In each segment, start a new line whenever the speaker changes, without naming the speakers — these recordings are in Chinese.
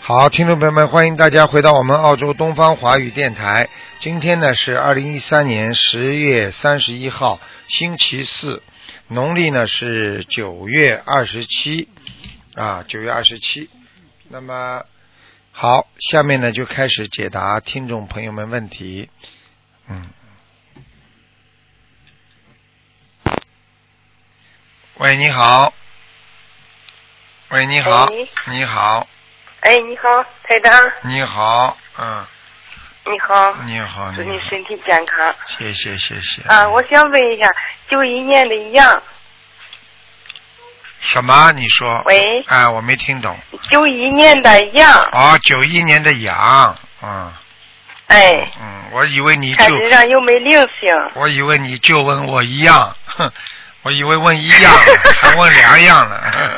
好，听众朋友们，欢迎大家回到我们澳洲东方华语电台。今天呢是二零一三年十月三十一号，星期四，农历呢是九月二十七，啊，九月二十七。那么好，下面呢就开始解答听众朋友们问题。嗯，喂，你好。喂，你好，
喂
你好，
哎，你好，台长，
你好，嗯，
你好，
你好，
祝
嗯你
你
好，嗯
身体健康
谢谢谢谢。
啊！我想问一下，九一年的羊，
什么？你说？
喂
哎，我没听懂。
九一年的羊，
哦，九一年的羊，嗯
哎，
嗯，我以为你
看
就，
身上有没灵性？
我以为你就问我一样，哼，我以为问一 样，还问两样呢。啊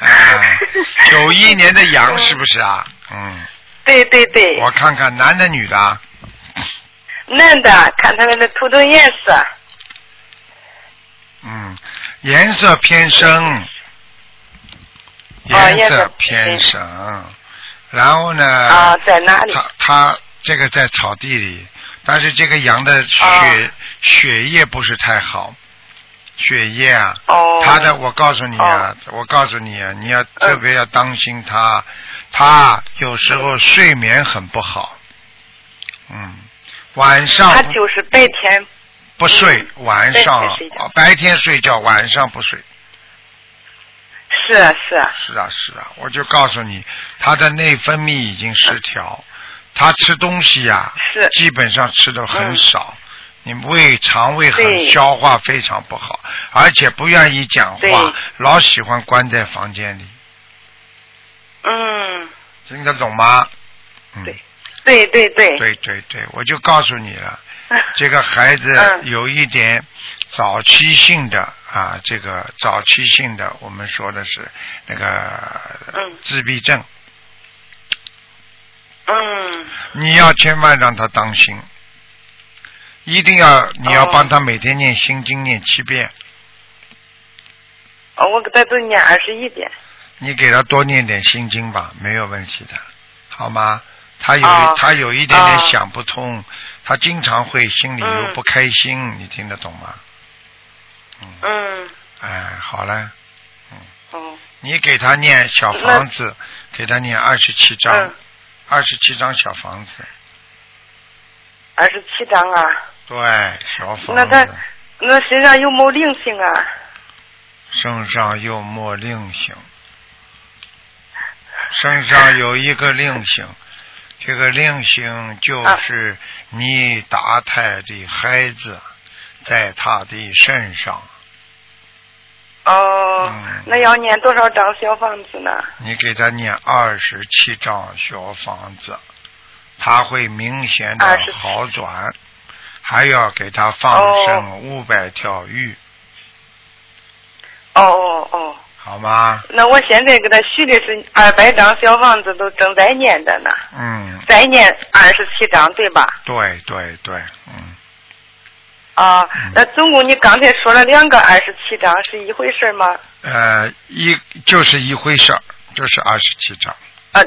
哎九一年的羊是不是啊？嗯，
对对对，
我看看，男的女的啊？
男的，看他们的图腾颜色，
嗯，颜色偏深，
哦颜
色
色
偏
偏
深，然后呢，
啊，在哪里？
它它这个在草地里，但是这个羊的血、
哦
血液不是太好，血液啊，
哦，
它的我告诉你啊，我告诉你啊，你要特别要当心
嗯
它，它有时候睡眠很不好，嗯，晚上
他就是白天，
不睡，晚
白天
上
睡觉
哦白天睡觉，晚上不睡。
是啊是啊，
是啊，是啊，我就告诉你，他的内分泌已经失调，他吃东西呀、
是嗯
基本上吃的很少，你胃肠胃很
对
消化非常不好，而且不愿意讲
对
话，老喜欢关在房间里，
嗯，
听得懂吗？嗯，
对对对对，
对对对，我就告诉你了，这个孩子
嗯
有一点早期性的啊，这个早期性的，我们说的是那个
嗯
自闭症。
嗯，
你要千万让他当心，一定要你要
哦
帮他每天念心经念七遍，
哦我给他都念二十一遍，
你给他多念点心经吧，没有问题的，好吗？他有一、
哦
他有一点点
哦
想不通，他经常会心里又
嗯
不开心，你听得懂吗？嗯，
嗯，
哎，好了，
哦，
你给他念小房子，给他念二十七章
嗯，，
二十七章小房子，
二十七张啊，
对，小
那
房
他
子
那身上有没灵性啊？
身上又没令性，身上有一个令性，这个令性就是你打胎的孩子在他的身上，
哦，
嗯
那要念多少张小房子呢？
你给他念二十七张小房子，他会明显的
27
好转，还要给他放生五百条鱼，
哦哦哦，
好吗？
那我现在给他许的是二百张小房子，都正在念着呢，
嗯，
再念二十七张，对吧？
对对对，嗯。
啊
嗯，
那总共你刚才说了两个二十七张，是一回事吗？
呃，一就是一回事儿，就是二十七章。
呃，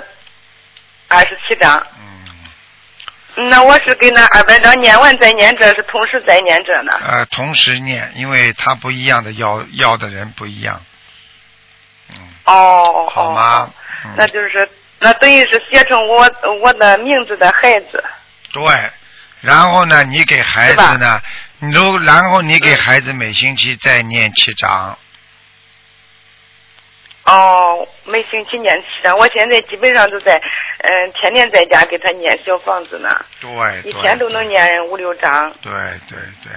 二十七张，
嗯，
那我是给那二百张念完再念这，是同时再念这呢。
呃，同时念，因为他不一样的要要的人不一样，嗯
哦哦哦，
好吗？嗯、
那就是那等于是写成我我的名字的孩子。
对。然后呢，你给孩子
是
呢，你都然后你给孩子每星期再念七章，
哦，每星期念七张，我现在基本上都在，嗯、天天在家给他念小房子呢，
对，
一
对
天都能。念五六张。
对对对，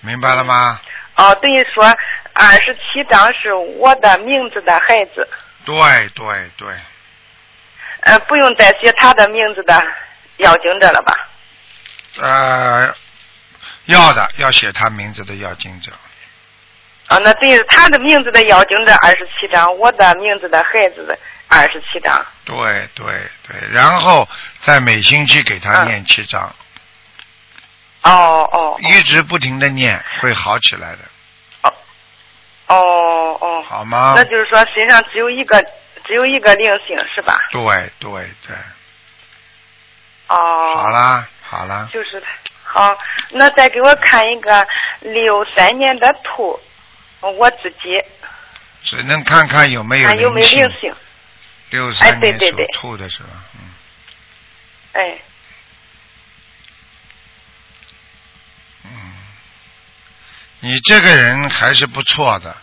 明白了吗？
哦，等于说二十七张是我的名字的孩子，
对对对，
呃，不用再写他的名字的要经者了吧？
呃，要的要写他名字的要经者，
啊、那等于是他的名字的要经者二十七张，我的名字的孩子的二十七张。
对对对，然后在每星期给他
嗯
念七章，
哦哦哦
一直不停的念，会好起来的。
哦哦哦，
好吗？
那就是说身上只有一个只有一个灵性是吧？
对对对，
哦，
好啦好啦，
就是的好，那再给我看一个六三年的兔，我自己
只能看看有没有
看有没有灵性，
六
哎
三
对
年
对
属
对
兔的是吧？嗯，
哎，
嗯你这个人还是不错的，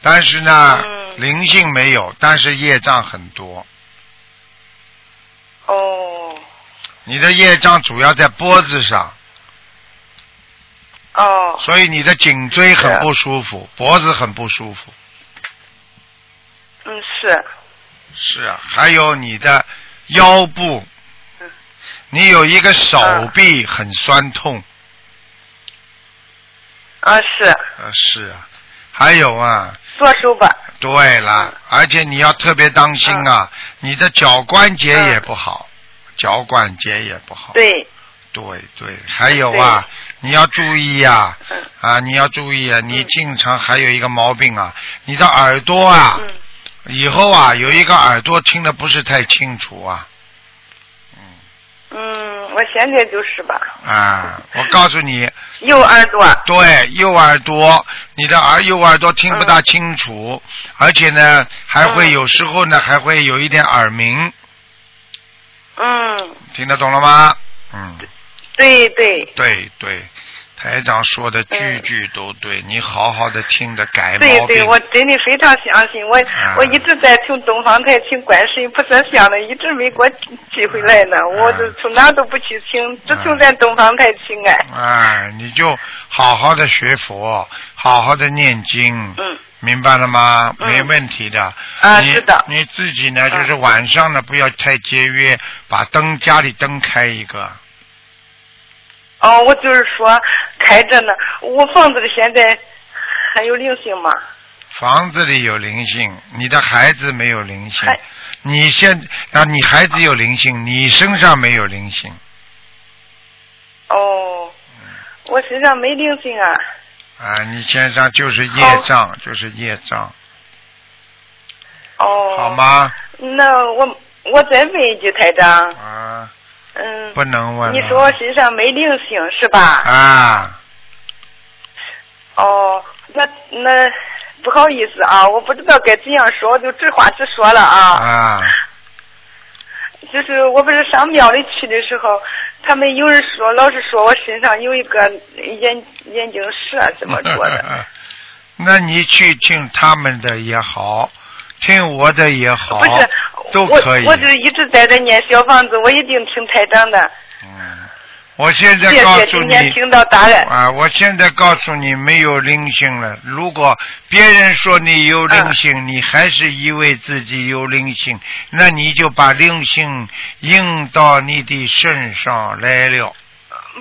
但是呢，
嗯
灵性没有，但是业障很多。
哦
你的业障主要在脖子上，
哦
所以你的颈椎
是啊
很不舒服，脖子很不舒服。
嗯是
是啊，还有你的腰部
嗯，
你有一个手臂很酸痛，
啊是
呃，是啊，还有啊，
左手吧，
对啦，而且你要特别当心啊，你的脚关节也不好，脚关节也不好，
对
对对，还有啊，你要注意呀、
嗯
啊，你要注意啊，你
嗯
经常还有一个毛病啊，你的耳朵啊，
嗯
以后啊有一个耳朵听得不是太清楚啊，
嗯，我现在就是吧，
啊，我告诉你，
右耳朵
对，右耳朵，你的耳右耳朵听不大清楚，而且呢，还会
嗯
有时候呢，还会有一点耳鸣，
嗯
听得懂了吗？嗯，
对对
对对，台长说的句
嗯
句都对，你好好的听着改
对
哎毛
对，
病。
我真的非常相信我，
啊
我一直在听东方台听观世音菩萨像的，一直没给我寄回来呢。
嗯
我就从哪都不去听，只
啊
听咱东方台听哎。
啊，你就好好的学佛，好好的念经，
嗯
明白了吗？
嗯
没问题的。
啊
你
是的
你自己呢，
嗯
就是晚上呢，不要太节约，把灯家里灯开一个。
哦，我就是说开着呢，我房子里现在还有灵性吗？
房子里有灵性，你的孩子没有灵性
还。
你现啊，你孩子有灵性，你身上没有灵性
哦，
嗯
我身上没灵性啊。
啊，你身上就是业
好
障，就是业障，
哦，
好？吗？
那我我再问一句，台长，
啊，
嗯，
不能问了。
你说我身上没灵性是吧？
啊，
哦，那那不好意思啊，我不知道该怎样说，我就直话直说了啊。
啊，
就是我不是上庙里去的时候，他们有人说，老是说我身上有一个眼眼镜蛇，怎么 说的？
那你去听他们的也好，听我的也好，
不是，
哦都
我
可以。
我就是一直在这念小房子，我一定听台长的。
嗯，我现在
谢
告
谢，
诉
今
你，
天听到答案。
啊，我现在告诉你没有灵性了。如果别人说你有灵性，
嗯
你还是以为自己有灵性，那你就把灵性应到你的身上来了。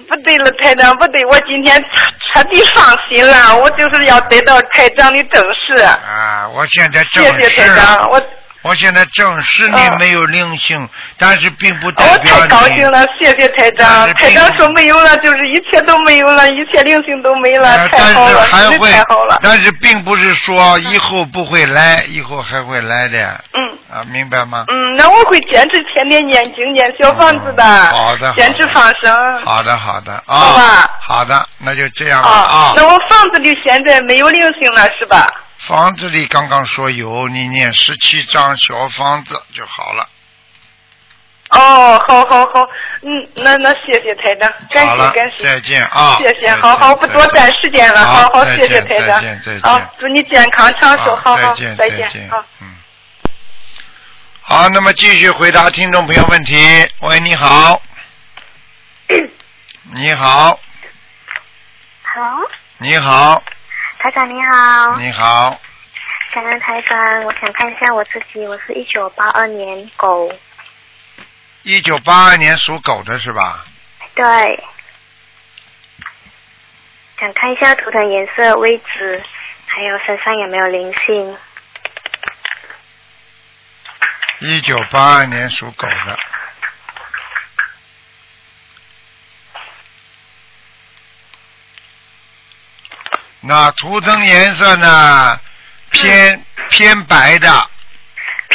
不对了，台长，不对，我今天彻彻底放心了，我就是要得到台长的证实。
啊，我现在
谢
正
谢
式
台
了，
长，我
我现在正式你
嗯
没有灵性，但是并不
我
代表你。
哦太高兴了，谢谢台
但
长
是。
台
并
长说没有了，就是一切都没有了，一切灵性都没了，
呃
太
但
好
是
了，
还
真的
会
太好了，。
但是并不是说以后不会来，以后还会来的
嗯
啊，明白吗？
嗯，那我会坚持天天念经、念小房子的，
嗯好的好的
坚持放 生。
好的，好的啊，
好吧
好的，那就这样了
啊
啊，。
那我房子里现在没有灵性了，是吧？
房子里刚刚说有，你念十七张小房子就好了。
哦，好好好，嗯，那那谢谢台长，感
好
谢
了
感，谢。
再见啊！
谢谢，
再见
好好不多
再见
占时间了，
好
好好
再
谢谢
见
台长
再见再见，
好，祝你健康长寿，
啊
好好
再见，
再
见
见，好。，
嗯。好，那么继续回答听众朋友问题。喂，你 好。你好，
好，
你好，
台长你好，
你好，
感恩台长，我想看一下我自己，我是一九八二年狗，
一九八二年属狗的是吧？
对，想看一下图腾颜色、位置，还有身上有没有灵性。
一九八二年属狗的。那图腾颜色呢
嗯
偏偏白的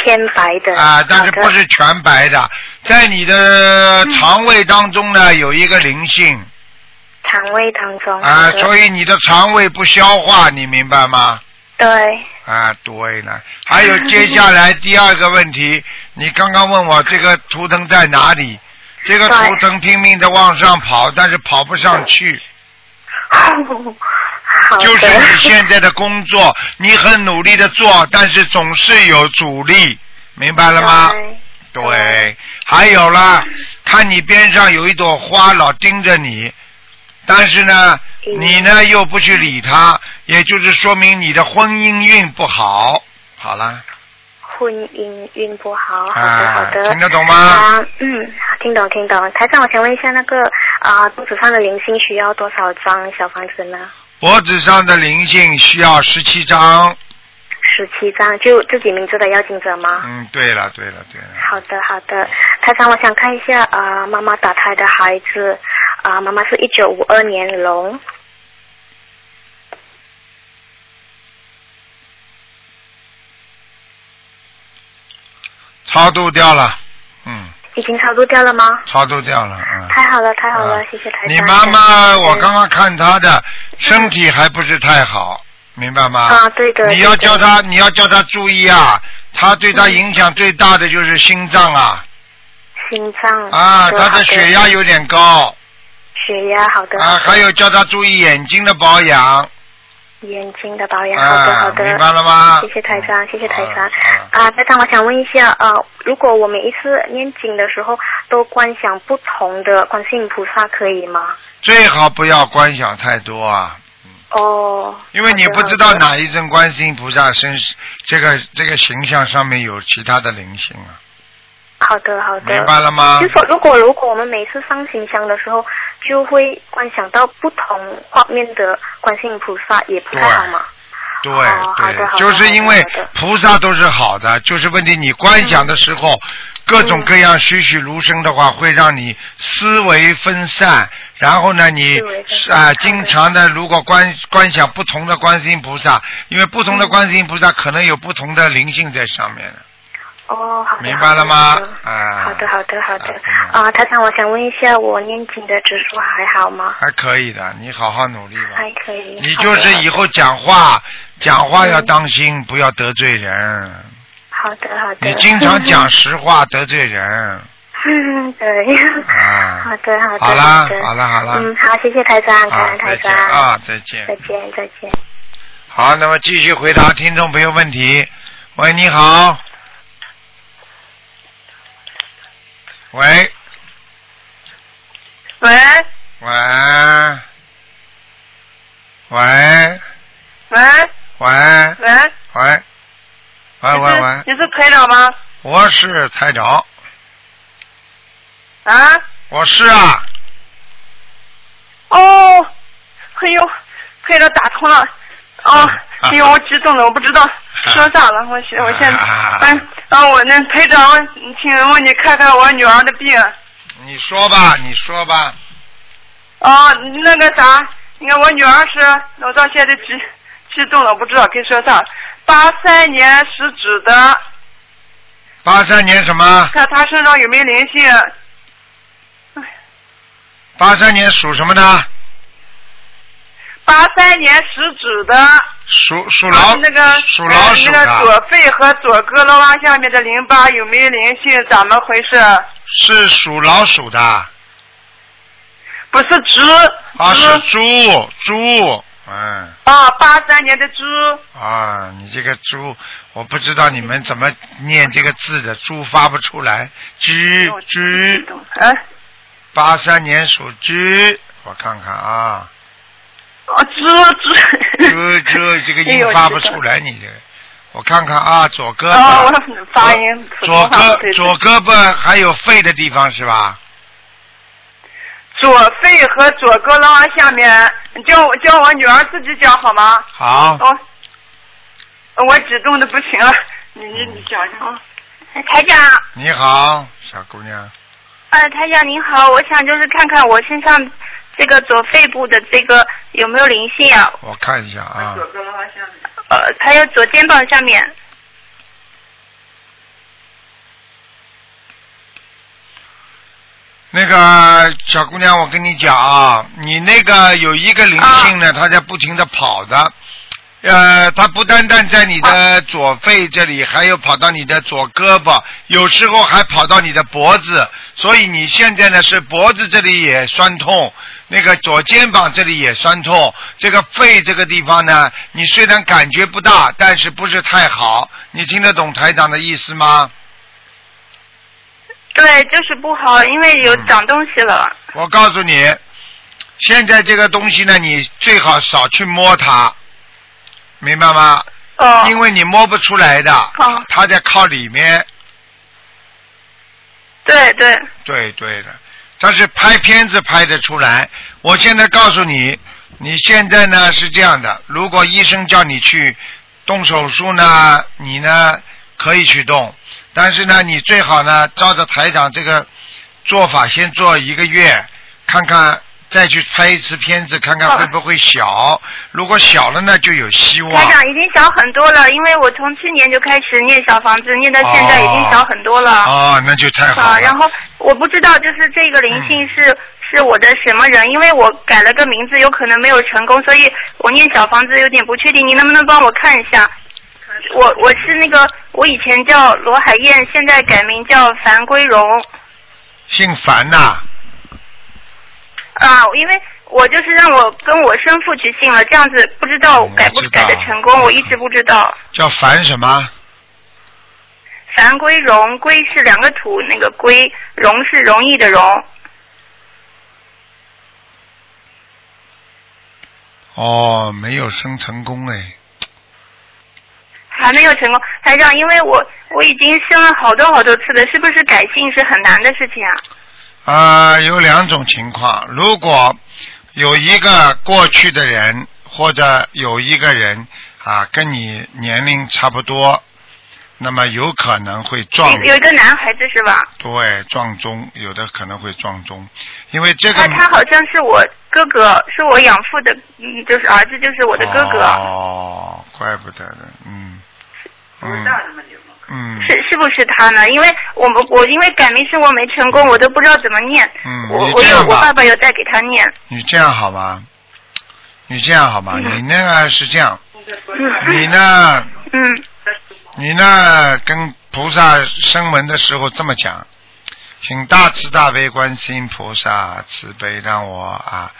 偏白的。
啊，但是
好的
不是全白的，在你的
嗯
肠胃当中呢有一个灵性
肠胃当中。
啊
好，的
所以你的肠胃不消化，你明白吗？
对，
啊，对了，还有接下来第二个问题，你刚刚问我这个图腾在哪里？这个图腾拼命的往上跑，但是跑不上去，
好的。
就是你现在的工作，你很努力的做，但是总是有阻力，明白了吗？
对
对，还有啦，看你边上有一朵花老盯着你，但是呢，
嗯
你呢又不去理它，也就是说明你的婚姻运不好。好啦，
婚姻运不好，好的
啊
好的，
听得懂吗
啊，嗯，听懂听懂。台长，我想问一下，那个啊，肚子上的灵性需要多少张小房子呢？
脖子上的灵性需要十七张。
十七张，就自己名字的要经者吗？
嗯，对了，对了，对了。
好的，好的。台长，我想看一下啊、妈妈打胎的孩子啊、妈妈是一九五二年龙，
超度掉了，嗯，
已经超度掉了吗？
超度掉了，嗯。
太好了，太好了，
啊
谢谢台长。
你妈妈，
嗯
我刚刚看她的身体还不是太好，明白吗？
啊，对的。
你要
对
叫
的
她，你要叫她注意啊，她对她影响最大的就是心脏啊，
心脏
啊，
好
她的血压有点高
血压好的
啊，
好的
还有叫她注意眼睛的保养，
眼睛的保养，好的好
啊，
的，
明白了吗？
谢谢台长，谢谢台长。
嗯好了
啊，台长，我想问一下，呃，如果我每一次念经的时候都观想不同的观世音菩萨，可以吗？
最好不要观想太多啊，
哦，
因为你
好的
不知道。
好的
哪一尊观世音菩萨身这个这个形象上面有其他的灵性啊，
好的，好的。
明白了吗
就？说如果如果我们每次上行香的时候，就会观想到不同画面的观世音菩萨，也不太好嘛。
对
哦好的好
对，就
的
是因为
好的好的
菩萨都是好的，就是问题你观想的时候，
嗯
各种各样栩栩如生的话，会让你思维分散。然后呢，你
思维分散
啊、
好的
经常的如果观观想不同的观世音菩萨，因为不同
嗯
的观世音菩萨可能有不同的灵性在上面的。
哦，好的，
明白了吗
好的
啊
好的，好的，好的。
嗯
啊，台长，我想问一下，我念经的指数还好吗？
还可以的，你好好努力吧。
还可以。
你
好
就
的
是以后讲话，讲话要当心，不要得罪人。
好的好的。
你经常 讲实话，得罪人。
嗯。对。
啊
好的好的。
好啦
的，
好啦，好啦。
嗯，好，谢谢台长，感
啊
恩，台
再见
长。
啊，再
再
见。
见再见。
好，那么继续回答听众朋友问题。喂，你好。喂
喂
喂喂
喂
喂
喂，
喂喂喂喂，
你是你是台长吗？
我是台长，
啊？
我是啊。
哦，哎呦，台长打通了。哦，哎呦，我激动的，我不知道说啥了，我现我现在，嗯，啊，我那台长，请问你看看我女儿的病。
你说吧，你说吧。
哦，那个啥，你看我女儿是，我到现在激激动了，不知道该说啥。八三年食指的，
八三年什么？
看她身上有没有灵性。
八三年属什么的？
八三年食指的，
属属老、
那个
啊属
呃
老鼠的，
那个左肺和左胳肋窝下面的淋巴有没有灵性？怎么回事？
是属老鼠的啊，
不是猪，
是
猪
猪猪，嗯
啊，八三年的猪。
啊，你这个猪，我不知道你们怎么念这个字的，猪发不出来，
哎
猪
呦激
猪，
动哎，
八三年属猪，我看看 啊，
啊猪猪。
猪猪这个
哎
音发不出来，你这个，我看看啊，左胳
哎呦。啊，
膊，
我发音普
左
通话不
胳
对
左胳膊还有肺的地方是吧？
左肺和左胳肋窝下面，你叫我叫我女儿自己讲好
啊
吗？
好，
哦，我激动的不行了，你你你讲讲啊。
台长，
你好，小姑娘，
呃，台长您好，我想就是看看我身上这个左肺部的这个有没有灵性啊？
我看一下啊，
呃，还有左肩膀下面，
那个小姑娘，我跟你讲啊，你那个有一个灵性呢，它在不停的跑的，呃，它不单单在你的左肺这里，还有跑到你的左胳膊，有时候还跑到你的脖子，所以你现在呢是脖子这里也酸痛，那个左肩膀这里也酸痛，这个肺这个地方呢，你虽然感觉不大，但是不是太好，你听得懂台长的意思吗？
对，就是不好，因为有
嗯
长东西了。
我告诉你，现在这个东西呢，你最好少去摸它，明白吗？
哦
因为你摸不出来的，
哦
它在靠里面。
对对，
对对的，它是拍片子拍得出来。我现在告诉你，你现在呢是这样的，如果医生叫你去动手术呢，你呢可以去动，但是呢，你最好呢照着台长这个做法先做一个月，看看。再去拍一次片子，看看会不会小。如果小了呢，就有希望。
台长已经小很多了，因为我从去年就开始念小房子，念到现在已经小很多了。
哦，那就太好
啊，
了。嗯
然后我不知道，就是这个灵性是、是我的什么人，因为我改了个名字，有可能没有成功，所以我念小房子有点不确定，您能不能帮我看一下？我我是那个，我以前叫罗海燕，现在改名叫樊归荣
姓樊呐、
啊，因为我就是让我跟我生父去姓了，这样子不知道
嗯我
改不
知道
改得成功，我一直不知道。
叫樊什么？
樊归荣，归是两个土，那个归，荣是容易的荣，
哦，没有生成功哎。
还没有成功，台长，因为我我已经生了好多好多次了，是不是改姓是很难的事情啊？
啊、有两种情况，如果有一个过去的人或者有一个人啊跟你年龄差不多，那么有可能会撞
有有一个男孩子是吧？
对撞钟，有的可能会撞钟，因为这个
他他好像是我哥哥，是我养父的，嗯，就是儿子，就是我的哥哥，
哦，怪不得的，嗯嗯嗯
是是不是他呢？因为我们我因为改名是我没成功，我都不知道怎么念。
嗯，
我
你
我
这
有
样
我
吧
爸，爸有带给他念，
你这样好吗？你这样好吗？
嗯
你那个是这样，
嗯
你呢？
嗯
你呢，跟菩萨声闻的时候这么讲，请大慈大悲观世音菩萨慈悲，让我啊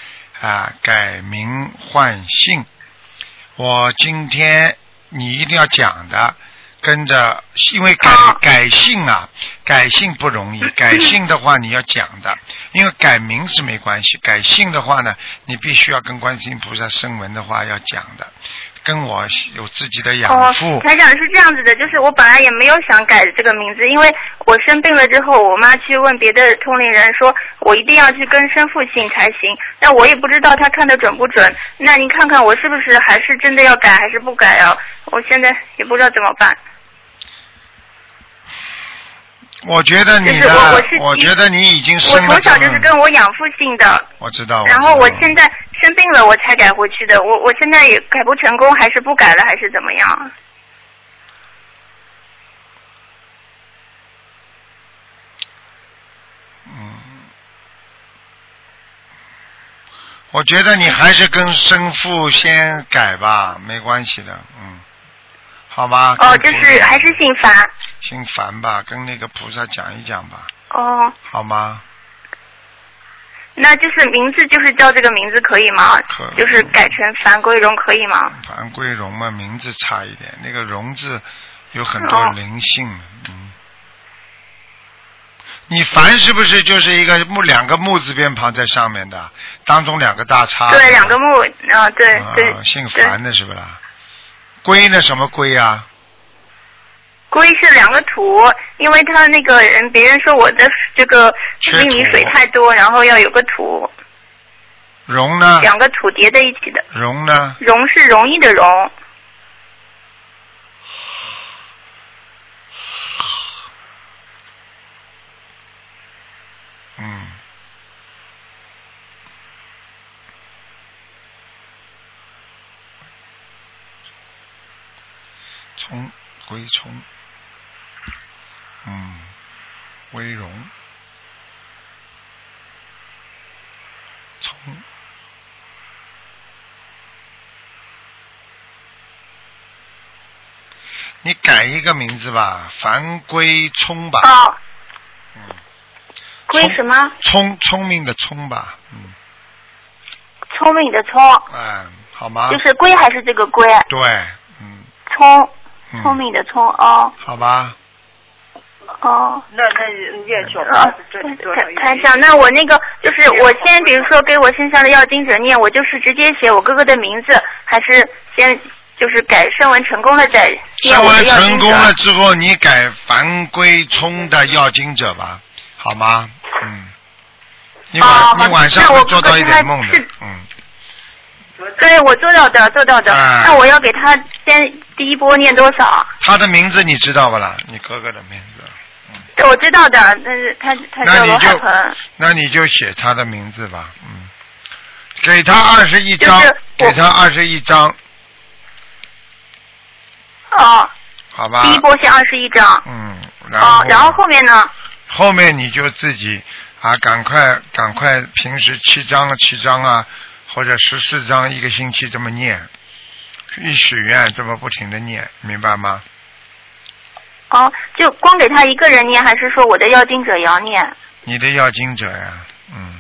啊改名换姓。我今天你一定要讲的，跟着，因为改
好
改姓啊，改姓不容易，改姓的话你要讲的，因为改名是没关系，改姓的话呢，你必须要跟观世音菩萨声闻的话要讲的，跟我有自己的
哦
养父，。
台长是这样子的，就是我本来也没有想改这个名字，因为我生病了之后，我妈去问别的通灵人说，我一定要去跟生父姓才行。但我也不知道他看的准不准。那您看看我是不是还是真的要改，还是不改啊？我现在也不知道怎么办。
我觉得你
就是
的
我我是，
我觉得你已经
我
生了嗯
从小
这
就
个嗯
是跟我养父姓的，
我知道，
然后
我
我
知道
现在生病了，我才改回去的。我我现在也改不成功，还是不改了，还是怎么样啊？
嗯我觉得你还是跟生父先改吧，没关系的，嗯，好吧。
哦，就
跟菩
是还是姓樊。
姓樊吧，跟那个菩萨讲一讲吧，
哦，
好吗？
那就是名字，就是叫这个名字可以吗？
可以
就是改成樊归荣可以吗？
樊桂荣嘛，名字差一点，那个荣字有很多
哦
灵性，嗯。你樊是不是就是一个木两个木字边旁在上面的，当中两个大叉？
对，两个木，啊、对、
啊
对，
姓
对
樊的是不啦？龟呢？什么龟啊？
龟是两个土，因为他那个人别人说我的这个
缺
命里
土
水太多，然后要有个土，
荣呢？
两个土叠在一起的。
荣呢？
容是容易的
啊
容，
嗯，虫，蛔虫，嗯，微绒，虫，你改一个名字吧，樊归聪吧，
哦，
嗯，
归什么？
聪聪明的聪吧，嗯，
聪明的聪，
哎，好吗？
就是龟还是这个龟？
对，嗯，
聪，
嗯
聪明的聪，哦
好吧，
哦。
那那念小
啊
房子，这多少
台台长，那我那个就是我先，比如说给我身上的要经者念，我就是直接写我哥哥的名字，还是先就是改声纹成功了再念
上
我的
完
要
成
经
功了
者？
之后，你改樊归聪的要经者吧，好吗？嗯，你晚、
哦好
你晚上
那
会
我
做到一
可是
点梦的
是，
嗯，
对，我做到的，做到的。
哎
那我要给他先第一波念多少？
他的名字你知道不啦？你哥哥的名字，
对，我知道的，但是他他
那
叫
你
罗海
就
鹏，
那你就写他的名字吧，嗯，给他二十一张
就是，我
给他二十一张，
哦，
好吧
第？一波是二十一张，
嗯，然后、
哦，然后后面呢？
后面你就自己啊，赶快赶快，平时七章啊七章啊，或者十四章一个星期这么念，一许愿这么不停的念，明白吗？
哦，就光给他一个人念，还是说我的要经者也要念？
你的要经者呀，嗯，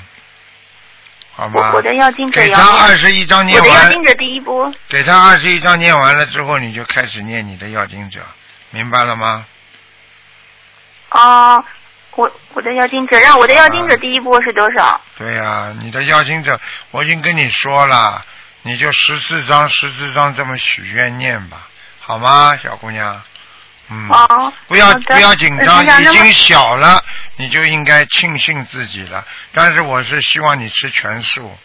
好
我
吗？
我的要经者
给
也
他
要念。
二十一章
我
念
的要
完，
经者第一波，
给他二十一章念完了之后，你就开始念你的要经者，明白了吗？
哦，我我的要经者，让我的要
嗯
经者第一波是多少？
对呀、你的要经者，我已经跟你说了，你就十四章、十四章这么许愿念吧，好吗，小姑娘？嗯，
哦，
不要
好的
不要紧张，
呃台长
已
那么
经小了，你就应该庆幸自己了。但是我是希望你吃全素，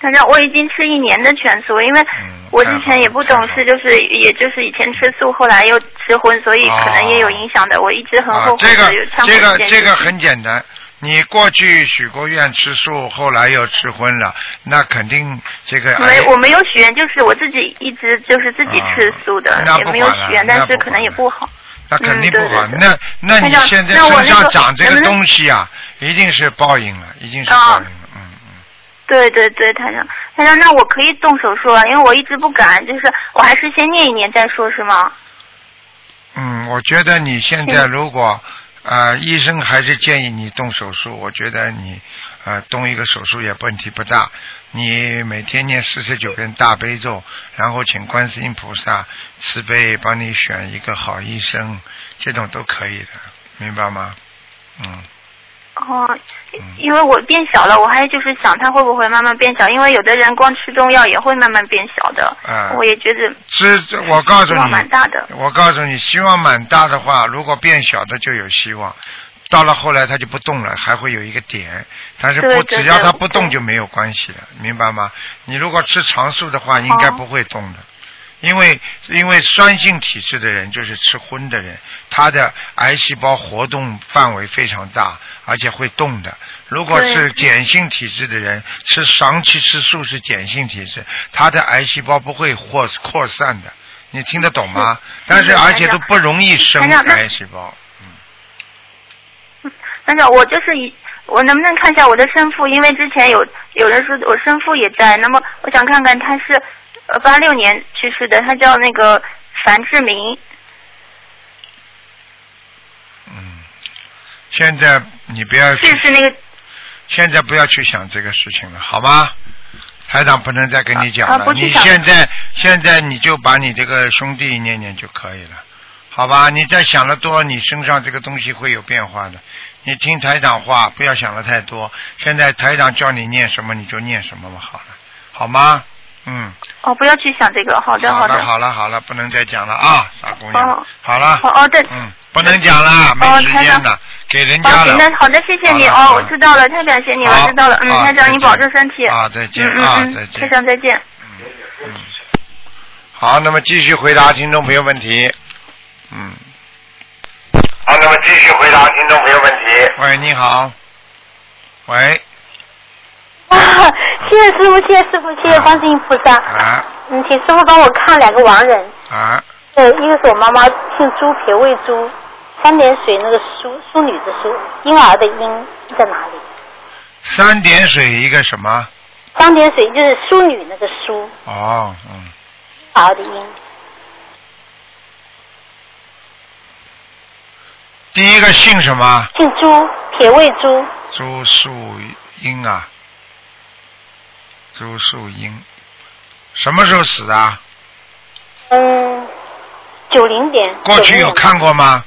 反正我已经吃一年的全素，因为
嗯
我之前也不懂
太好
事，就是也就是以前吃素，后来又吃荤，所以可能也有影响的。我一直很
哦啊
后，悔
这个
的，有忏悔
这个
件
这个
事
很简单。你过去许过愿吃素，后来又吃荤了，那肯定这个
没
哎，
我没有许愿，就是我自己一直就是自己吃素的，
啊那
也
不
没有
管了
许愿，
那
但是
不
可能
管
也
了
不好。
那肯定不好。
嗯对对
那
对
那你
台长
现在
那我
身
那
上
个
长这
能
个
不能啊
东西啊，一定是报应了，一定是报应了。嗯嗯，
对对对，台长，台长，那我可以动手术了，因为我一直不敢，就是我还是先念一念再说，是吗？
嗯，我觉得你现在如果呃，医生还是建议你动手术。我觉得你呃，动一个手术也问题不大。你每天念四十九遍大悲咒，然后请观世音菩萨慈悲帮你选一个好医生，这种都可以的，明白吗？嗯，
哦
嗯，
因为我变小了，我还就是想它会不会慢慢变小，因为有的人光吃中药也会慢慢变小的。
啊
我也觉得
知，我告诉
希望
你，
蛮大的。
我告诉你，希望蛮大的话，如果变小的就有希望，到了后来它就不动了，还会有一个点，但是不
对对
只要
对
它不动
对
就没有关系了，明白吗？你如果吃长素的话，应该不会动的。因为因为酸性体质的人，就是吃荤的人，他的癌细胞活动范围非常大，而且会动的。如果
对
是碱性体质的人，吃长期吃素是碱性体质，他的癌细胞不会扩扩散的。你听得懂吗？但是
嗯
而且
台
都
长
不容易生
台长那
癌细胞。
但是我就是一，我能不能看一下我的生父？因为之前有有人说我生父也在，那么我想看看他是呃八六年去世的，他叫那个樊志明。
嗯，现在你不要
是
去，
是那个
现在不要去想这个事情了，好吗？台长不能再跟你讲
啊
了，
不去
你
想
现在现在你就把你这个兄弟念念就可以了，好吧？你再想的多，你身上这个东西会有变化的。你听台长话，不要想的太多。现在台长叫你念什么，你就念什么嘛，好了，好吗？嗯，
哦，不要去想这个，好的
好
的。
好了，好了，不能再讲了啊，傻姑娘，
哦
啊好了。
哦哦对，
嗯，不能讲了，没
哦
时
台
间
长
了，给人
哦
家了
行。那好的，谢谢你
好了好了
哦，我知道了，太感谢你了，
好
知道了，嗯，
好
台长
再
你
见
保重身体。
啊再见
嗯
啊
嗯
再
嗯，
见
台长再见。
好，那么继续回答听众朋友问题。嗯，
好，那么继续回答听众朋友问题。
喂，你好，喂，
啊，谢谢师傅，谢谢师傅，谢谢观世音菩萨。
啊，
嗯，请师傅帮我看两个亡人。
啊，
对，一个是我妈妈姓朱，撇位朱，三点水那个淑淑女的淑，婴儿的婴在哪里？
三点水一个什么？
三点水就是淑女那个淑，
哦，嗯，
婴儿的婴。
第一个姓什么？
姓朱，铁位朱，
朱树英啊，朱树英，什么时候死的啊？
嗯，九零年。
过去有看过吗？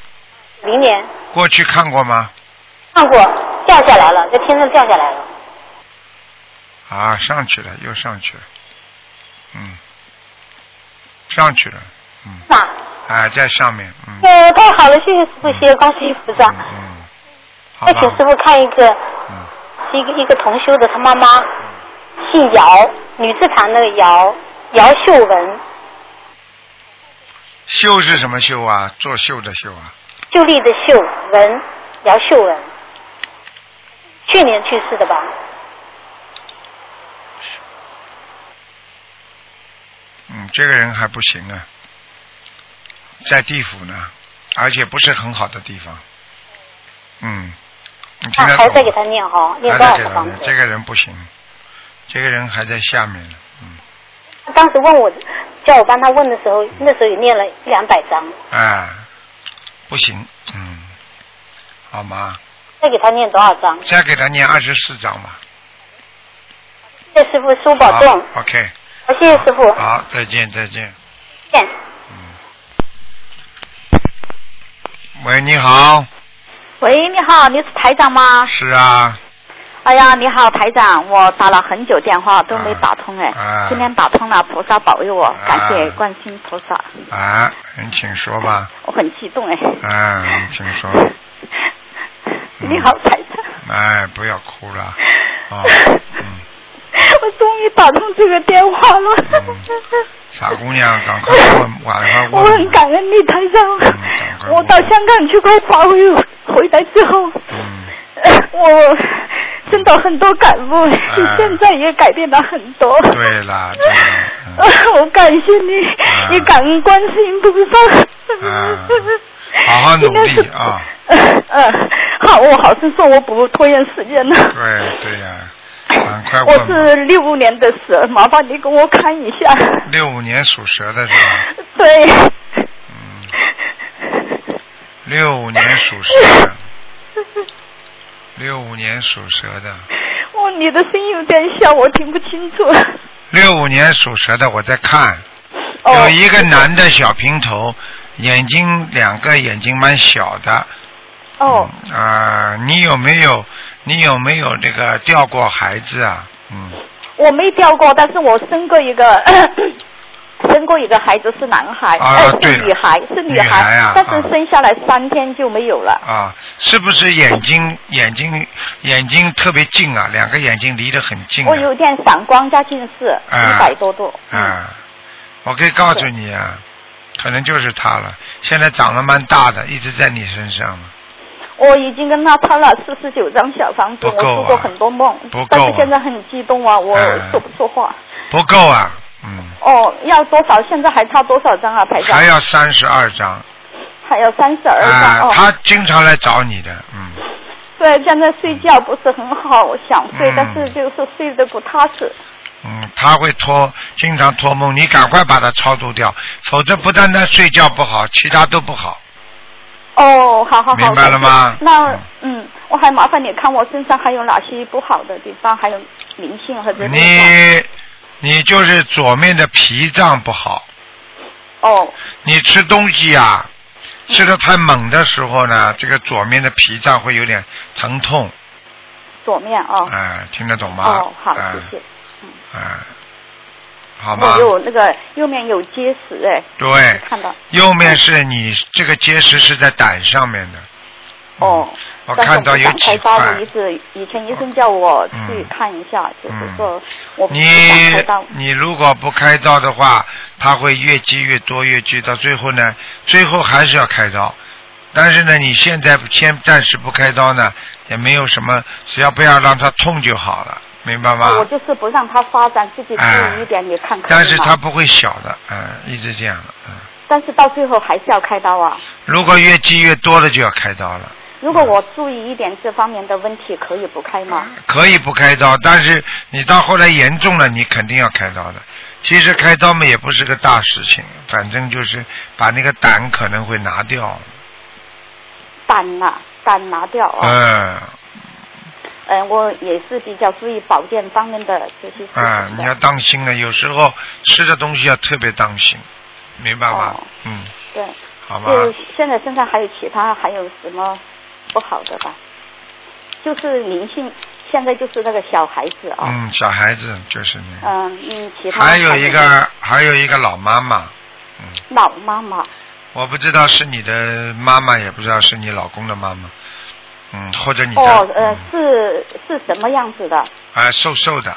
零年
过去看过吗？
看过，掉下来了，在天上掉下来了。
啊，上去了，又上去了，嗯，上去了，嗯，
是吧？
哎，在上面，嗯
呃，太好了，谢谢师傅，谢谢观世音菩萨。
嗯，好
再
吧嗯
请，师傅看一个，是一个一个同修的，他妈妈姓姚，女字旁那个姚，姚秀文，
秀是什么秀啊？作秀的秀啊？
秀丽的秀文，姚秀文，去年去世的吧？
嗯，这个人还不行啊，在地府呢，而且不是很好的地方。嗯，你
啊
听得，
还在
懂
给
吗？
他念哈，念
还
多
在
少
给
个
他
房
呢
子？
这个人不行，这个人还在下面呢。
他当时问我，叫我帮他问的时候，那时候也念了一两百张，
哎，不行，嗯，好吗？
再给他念多少张？
再给他念二十四章吧。
谢谢师傅，叔保重，
好 OK，
好谢谢师傅，
好，再见，再见。
见。
喂，你好，
喂，你好，你是台长吗？
是啊，
哎呀，你好，台长，我打了很久电话都没打通哎，
啊
今天打通了，菩萨保佑我，感谢观世音菩萨，
啊，你请说吧，
我很激动哎。
啊，你请说，
你好，台长，
哎，不要哭了，嗯啊、
我终于打通这个电话了，
傻姑娘，嗯赶快问，晚上
我
问
很感恩你，台
嗯
长。我到香港去过法会，回来之后，
嗯
我真的很多感悟，比现在也改变了很多。
啊对了，对嗯了，
啊， 我感谢你，也感恩观世音菩萨。
啊，好好 努力啊，
嗯， 好，我好生说，我不拖延时间了。
对对呀、赶快
我
问吧。
是六五年的蛇，麻烦你给我看一下。
六五年属蛇的是吧？嗯
对，
六五年属蛇的，六五年属蛇的，
我哦你的声音有点小，我听不清楚。
六五年属蛇的，我在看，
哦
有一个男的小平头，眼睛两个眼睛蛮小的
哦，
啊、你有没有你有没有这个掉过孩子啊？嗯，
我没掉过，但是我生过一个。 生过一个孩子是男孩，
啊
呃
对
是
了
女孩，是
女孩啊
但
啊
是生下来三天就没有了。
啊，是不是眼睛眼睛眼睛特别近啊？两个眼睛离得很近、啊。
哦
我有点散光加近视，
啊
一百多度。
啊，我可以告诉你啊，可能就是他了。现在长得蛮大的，一直在你身上了。
我已经跟他抄了四十九张小房子，
不
我
够啊
做过很多梦，
不够啊
但是现在很激动啊，我
哎
说不出话。
不够啊，
哦，要多少？现在还差多少张啊，排长？
还要三十二张。
还有三十二
啊
张、，哦。
他经常来找你的，嗯，
对，现在睡觉不是很好，我想睡，
嗯
但是就是睡得不踏实。
嗯，他会托，经常托梦，你赶快把他超度掉，否则不单单睡觉不好，其他都不好。
哦，好好好。
明白了吗
那嗯，我还麻烦你看我身上还有哪些不好的地方，还有灵性或者
你，你就是左面的脾脏不好，
哦
你吃东西啊，
嗯
吃的太猛的时候呢，这个左面的脾脏会有点疼痛，
左面哦。
哎，听得懂吗？
哦，好，
哎
谢谢。
哎，好吗
我？有那个右面有结石哎，
对，
看到
右面是你这个结石是在胆上面的，嗯
哦。
我
但是
看到有哦
胆
几
开
块
刀，我一直以前医生叫我去看一下，就是说我不敢开
嗯你
刀。
你如果不开刀的话，它会越积越多，越积到最后呢，最后还是要开刀。但是呢，你现在先暂时不开刀呢，也没有什么，只要不要让它痛就好哎了，明白吗？
哦我就是不让它发展，自己注意一点，你看看嘛。
但是它不会小的，嗯，一直这样的，嗯，
但是到最后还是要开刀啊。
如果越积越多了，就要开刀了。
如果我注意一点这方面的问题，可以不开吗？
可以不开刀，但是你到后来严重了，你肯定要开刀的。其实开刀嘛也不是个大事情，反正就是把那个胆可能会拿
哦
掉。
胆呐、胆拿掉啊。
嗯。
嗯，我也是比较注意保健方面的这些事情的。
啊，你要当心了，有时候吃的东西要特别当心，明白吗？
哦
嗯，
对。
好吧。
就现在身上还有其他还有什么不好的吧？就是灵性，现在就是那个小孩子啊、
嗯，小孩子就是你。
嗯嗯，其他
还有一个，还有一个老妈妈，
老妈妈，
我不知道是你的妈妈，也不知道是你老公的妈妈，嗯，或者你的
哦呃是是什么样子的？
啊、瘦瘦的，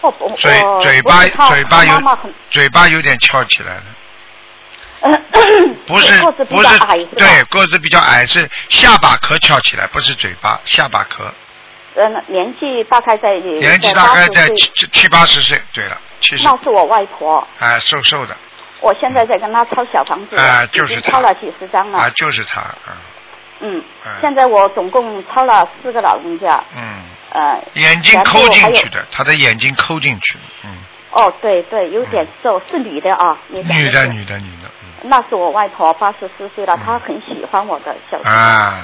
哦不，
嘴
我
嘴
不
巴
知道
嘴巴
我
有
妈 妈很，
嘴巴有点翘起来了，不
个子比
不
较
是
矮是吧？
对，个子比较矮，是下巴壳翘起来，不是嘴巴，下巴壳，
嗯，年纪大概在
年纪大概在
80
七
岁
七七八十岁，对了，七十，
那是我外婆，
哎、瘦瘦的，
我现在在跟她抄小房子，
啊就是
已经
她
抄了几十张了。
啊，就是他，啊，
嗯，
嗯
现在我总共抄了四个老人家，
嗯，
呃，
眼睛
然后
抠进
还有
去的，他的眼睛抠进去的，嗯，
哦，对对，有点瘦，是女的啊，你讲
女的
是
女的女的，嗯
那是我外婆，八十四岁了，她很喜欢我的小。
啊，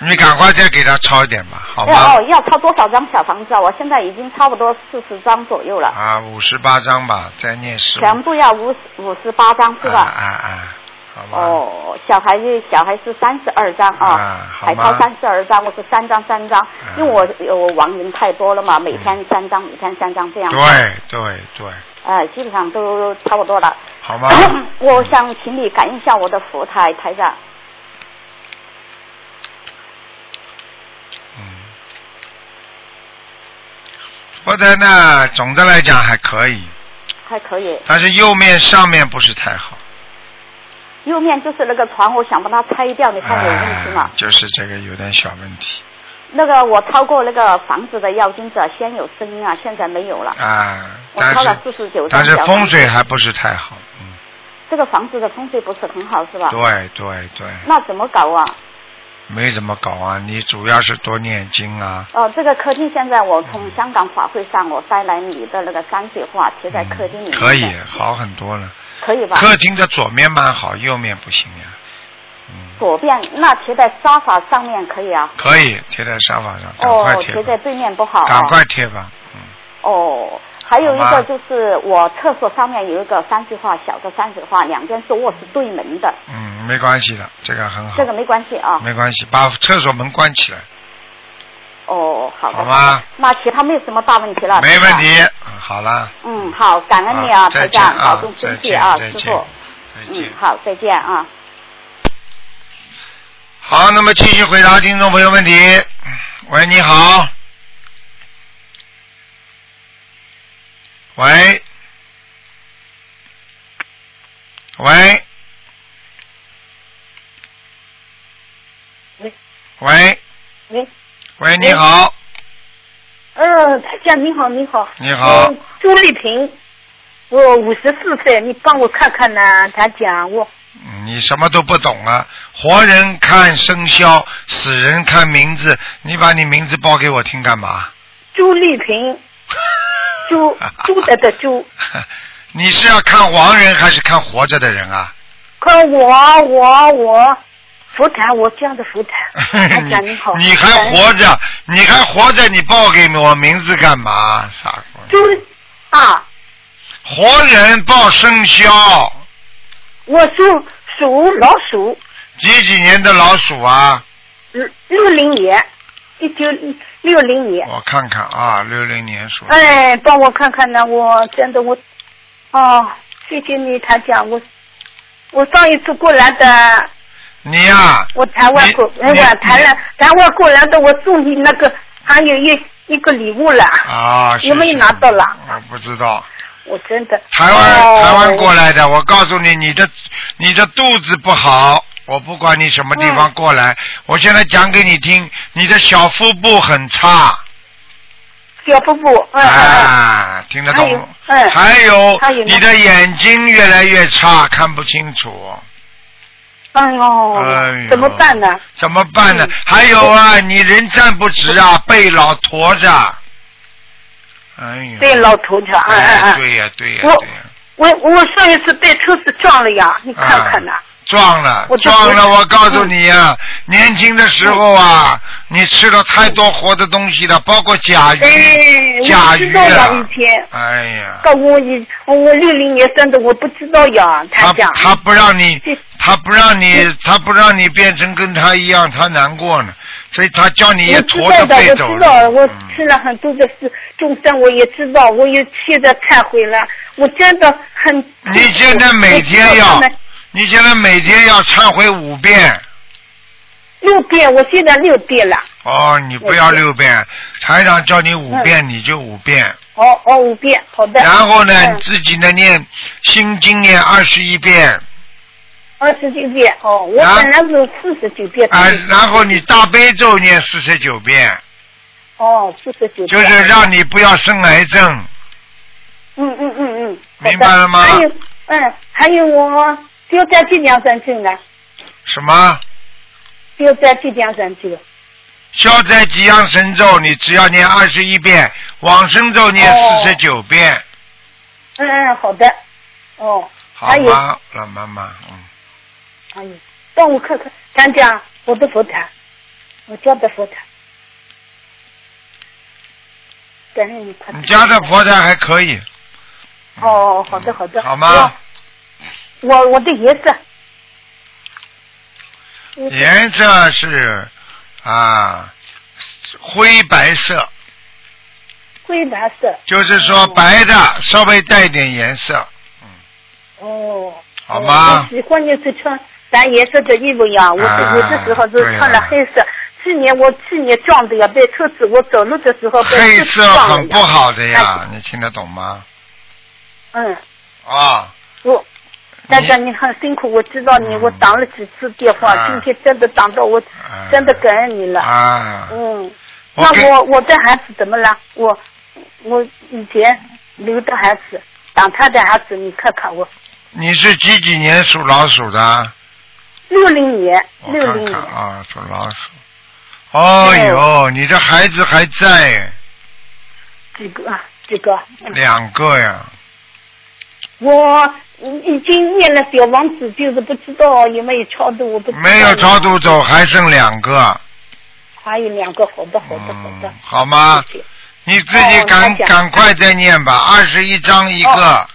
你赶快再给他抄一点吧，好
哎
吗？
哦，要抄多少张小房子啊？我现在已经差不多四十张左右了，
啊，五十八章吧，再念十五，
全部要五五十八张是吧？
啊啊，好吧，
哦，小孩子小孩是三十二张啊，
啊好
还
吗嗯
超三十二张，我是三张三张，因为我我亡人太多了嘛，每天三张，每天三张这样。
对对对，
呃，基本上都差不多了。
好吗？
我想请你感应一下我的佛台台长。
嗯佛台呢，总的来讲还可以，
还可以，
但是右面上面不是太好，
右面就是那个床，我想把它拆掉，你看有问题吗？
啊就是这个有点小问题
那个我超过那个房子的要经者，先有声音啊，现在没有了。
啊，
我
但
抄了
是
四十九张
但是
小
风
房
水
子
还不是太好，嗯
这个房子的风水不是很好是吧？
对对对，
那怎么搞啊？
没怎么搞啊，你主要是多念经啊，
哦，这个客厅现在我从香港法会上我带来你的那个山水画贴在客厅里面的、
嗯可以好很多了。
可以吧？
客厅的左面蛮好，右面不行呀、嗯
左边那贴在沙发上面可以啊。
可以贴在沙发上，赶快
哦，
贴吧，
贴在对面不好、啊。
赶快贴吧。嗯
哦，还有一
好吧
个就是我厕所上面有一个山水画，小的山水画，两边是卧室对门的，
嗯，没关系的，这个很好
这，个没关系啊。
没关系，把厕所门关起来，
哦，好的。
好吗？
那其他没有什么大问题了。
没
是吧
问题。。嗯好啦，
嗯，好，感恩你啊，
好再
台
见
长，
啊
保重
再
身体
见
啊，
再
师
见
傅。
再见
嗯，。好，再见啊。
好，那么继续回答听众朋友问题。喂，你好。喂。喂。
喂。
喂。
喂。
喂，你好。
嗯，台长你好，你好。
你好
嗯。朱丽萍，我五十四岁，你帮我看看呢、台长，我
你什么都不懂啊！活人看生肖，死人看名字。你把你名字报给我听干嘛？
朱丽 萍，朱朱德的朱，
你是要看亡人还是看活着的人啊？
看我我我，佛台我这样的 佛台，台长你好。
你还活着，你还活着，你报给我名字干嘛？傻瓜！
朱啊，
活人报生肖，
我属属老鼠，
几几年的老鼠啊？
六六零年，一九六零年。
我看看啊，六零年属。
哎，帮我看看呢，我真的我，哦，谢谢你，台长，我我上一次过来的，
你呀、
我台湾过，哎，我台湾台湾过来的，我送你那个，还有一一个礼物了，
啊，
有没
是
有拿到了？
我不知道。
我真的
台湾
哦
台湾过来的，我告诉你，你的你的肚子不好，我不管你什么地方
嗯
过来，我现在讲给你听，你的小腹部很差，
小腹部，嗯嗯
啊，听得
还
懂
有。嗯
还有
还有呢
你的眼睛越来越差，看不清楚。
嗯，哎呦，
哎呦
怎么办呢？嗯
怎么办呢？还有啊，你人站不直啊，背老驼着。哎呦。
对，老头子，嗯嗯
哎
嗯。
对呀，对呀，
我
对呀
我我上一次被车子撞了呀，你看看呐。
啊撞了
我，嗯这
撞了！
我
我告诉你啊，年轻的时候啊，你吃了太多活的东西了，包括甲
哎
鱼、，甲
我
鱼
知道呀，
啊
以。前，
哎呀，
到我以我六零年生的，我不知道呀，
他
讲。
他不让你，他不让你，他不让你变成跟他一样，他难过呢，所以他叫你也
我知
驼
道
着
的，
背
我
走
知
了。嗯
道，我吃了很多的事，众生我也知道，我也现在忏悔了，我真的很。
你现在每天要
我知道他们，
你现在每天要忏悔五遍。
六遍，我现在六遍了。
哦，你不要六遍，台长叫你
嗯
五遍，你就五遍。
哦哦，五遍，好的。
然后呢，你
嗯
自己呢念心经念二十一遍，
二十九遍哦，我
然
本来是四十九遍。
啊，然后你大悲咒念四十九遍，
哦，四十九。
就是让你不要生癌症。
嗯嗯嗯嗯，好的
明白了吗
还有，嗯，还有我标在计量神经呢，
什么
标在计量神经。
消灾吉祥神咒，你只要念二十一遍，往生咒念
哦
四十九遍，
嗯嗯，好的。哦，
好
还有，
吗，老妈妈？嗯，
哎呦，帮我看看，看讲我的佛台，我家的佛台。感恩你快看。
你家的佛台还可以，
哦，好的好的。
好吗？
我我的颜色。我
颜色是啊灰白色，
灰蓝色。
就是说白的稍微带一点颜色，
哦。
好吗
我？喜欢就是穿蓝颜色的衣服呀，我
啊
是有的时候是
对了
穿了黑色。去年我去年撞的呀，被车子我走路的时候被
黑
车子
色
撞了哎
很
呀
不好的呀，你听得懂吗？
嗯，
啊，
我。大家你很辛苦，我知道你，我打了几次电话，
嗯啊
今天真的打到我，真的感恩你了。
啊，
嗯，
我
那
跟
我我的孩子怎么了？我我以前留的孩子，打他的孩子，你看看我，
你是几几年属老鼠的？
六零年，
我
六零
看
年
看，啊，属老鼠。哦呦，你这孩子还在
几个啊几个？嗯
两个呀？
我已经念了小王子，就是不知道有没有超度，我不知道
没有超度走，还剩两个，嗯
还有两个，好的好的好的，
好吗？你自己赶
哦那行
赶快再念吧，二十一章一个
哦。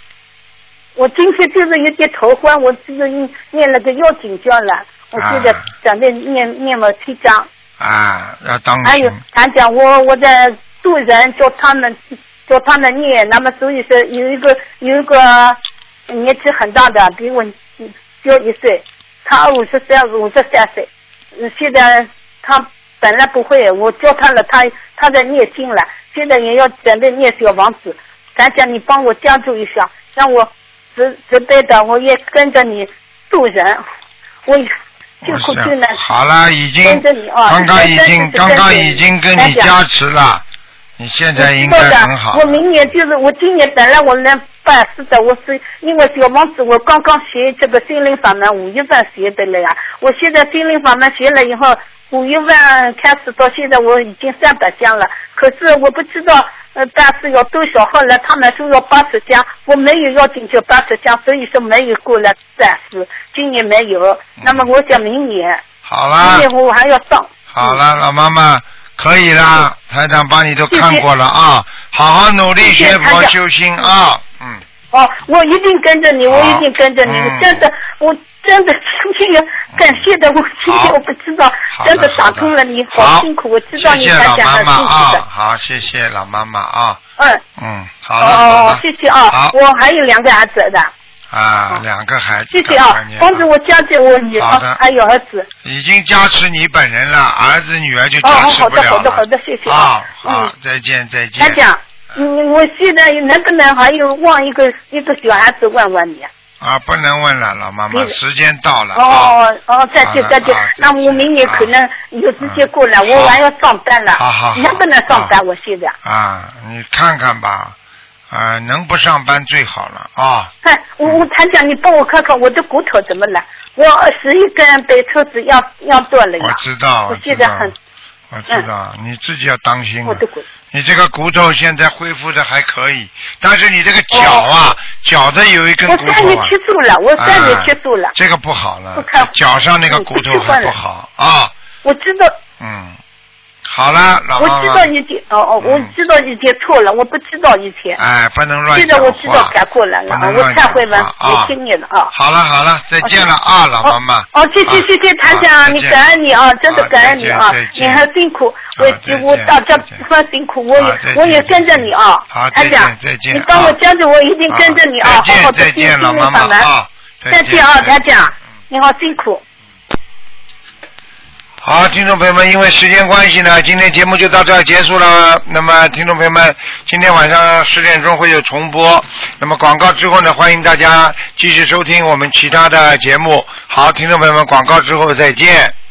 我今天就是有点头昏，我就是念了个药紧张了，我现在
啊
准备念念了七章。
啊，要当
还
心。，
有哎他讲我我在度人，叫他们叫他们念，那么所以说有一个有一个年纪很大的，比我小一岁，他五十三五十三岁，嗯现在他本来不会，我教他了，他他在念经了，现在也要准备念小王子，咱讲你帮我加注一下，让我直直备的，我也跟着你度人，我就苦
是
就难。
啊好了，已经
跟着你啊
刚刚已
跟
经
着你
刚刚
跟着你
已经跟
来
你
讲
加持了，你现在应
我知
该
道的
很好
我。明年就是我今年本来我能办事的，我是因为小王子我刚刚学这个心灵法门，五月份学的了呀。我现在心灵法门学了以后，五月份开始到现在我已经三百家了，可是我不知道呃办事要多少。后来他们说要八十家，我没有要进去八十家，所以说没有过来办事，今年没有。那么我想明年，
嗯好
明
啦，
年我还要上。
好啦，老妈妈可以啦，台长帮你都
嗯谢谢
看过了啊，好好努力
谢谢
学
台
佛
长
修心啊，嗯，
哦，我一定跟着你，我一定跟着你，
嗯
真的，我真的今天感谢的，我今天我不知道，真的打通了你，好辛苦，我知道
谢
你
谢
还
老
讲
妈
很
妈
辛苦
啊
的，，
好，谢谢老妈妈啊，
嗯，
嗯，好了，好
哦
了，
谢谢啊
好，
我还有两个儿子的，
啊，两个孩子，
谢谢啊
赶快，念
帮着我家这我女
好的
儿还有儿子，
已经加持你本人了，儿子女儿就
哦，
加持
好
不
的
了
好
了
的好的，谢谢
啊
啊，，
好，再见再见。
他讲，嗯，我现在能不能还有望一个一个小孩子问问你啊？
啊，不能问了，老妈妈，
你
时间到了。啊
哦哦，再见
好了
再见
好再，
那我明年可能有时间过来，我还要上班了，
啊好好好
能不能上班？我现在，
啊，你看看吧，啊，能不上班最好了啊。
哼，哎我我团长，你帮我看看我的骨头怎么了？我十一根被车子要要断了
我
呀，
知道，
我
我知
现在
道
很，嗯
我知道，你自己要当心
我
啊
的。骨，
你这个骨头现在恢复的还可以，但是你这个脚啊，脚的有一根
哦我
骨
三
头
月
啊
七，住了，我三月
啊
七住了，
这个不好了
我看，
脚上那个骨头很不好啊。
我知道。
嗯，好了，老
我
妈
知
妈
道，以前，哦哦，我知道以前错了，我不知道以前。
哎，不能乱
现在
讲
我知道
话。
改过来了，
不
啊
能
我
乱讲
忏悔文
话，啊
我听你了啊。
好了好了，再见了啊，老妈啊妈。
哦，谢谢谢谢谭长，你感恩你啊，真的
好
感恩你啊
再见再，
你
见
很辛苦，我
再见
我到这份辛苦，
好
我也
再见
我也跟着你啊
好，
谭长
再见再，见
你帮我跟着，我一定跟着你啊，
再
好好
见
的
再
听
见，
听
老
你
妈妈
法门。
啊，
再见啊，谭长，
嗯
你好辛苦。
好，听众朋友们，因为时间关系呢，今天节目就到这儿结束了。那么，听众朋友们，今天晚上十点钟会有重播。那么广告之后呢，欢迎大家继续收听我们其他的节目。好，听众朋友们，广告之后再见。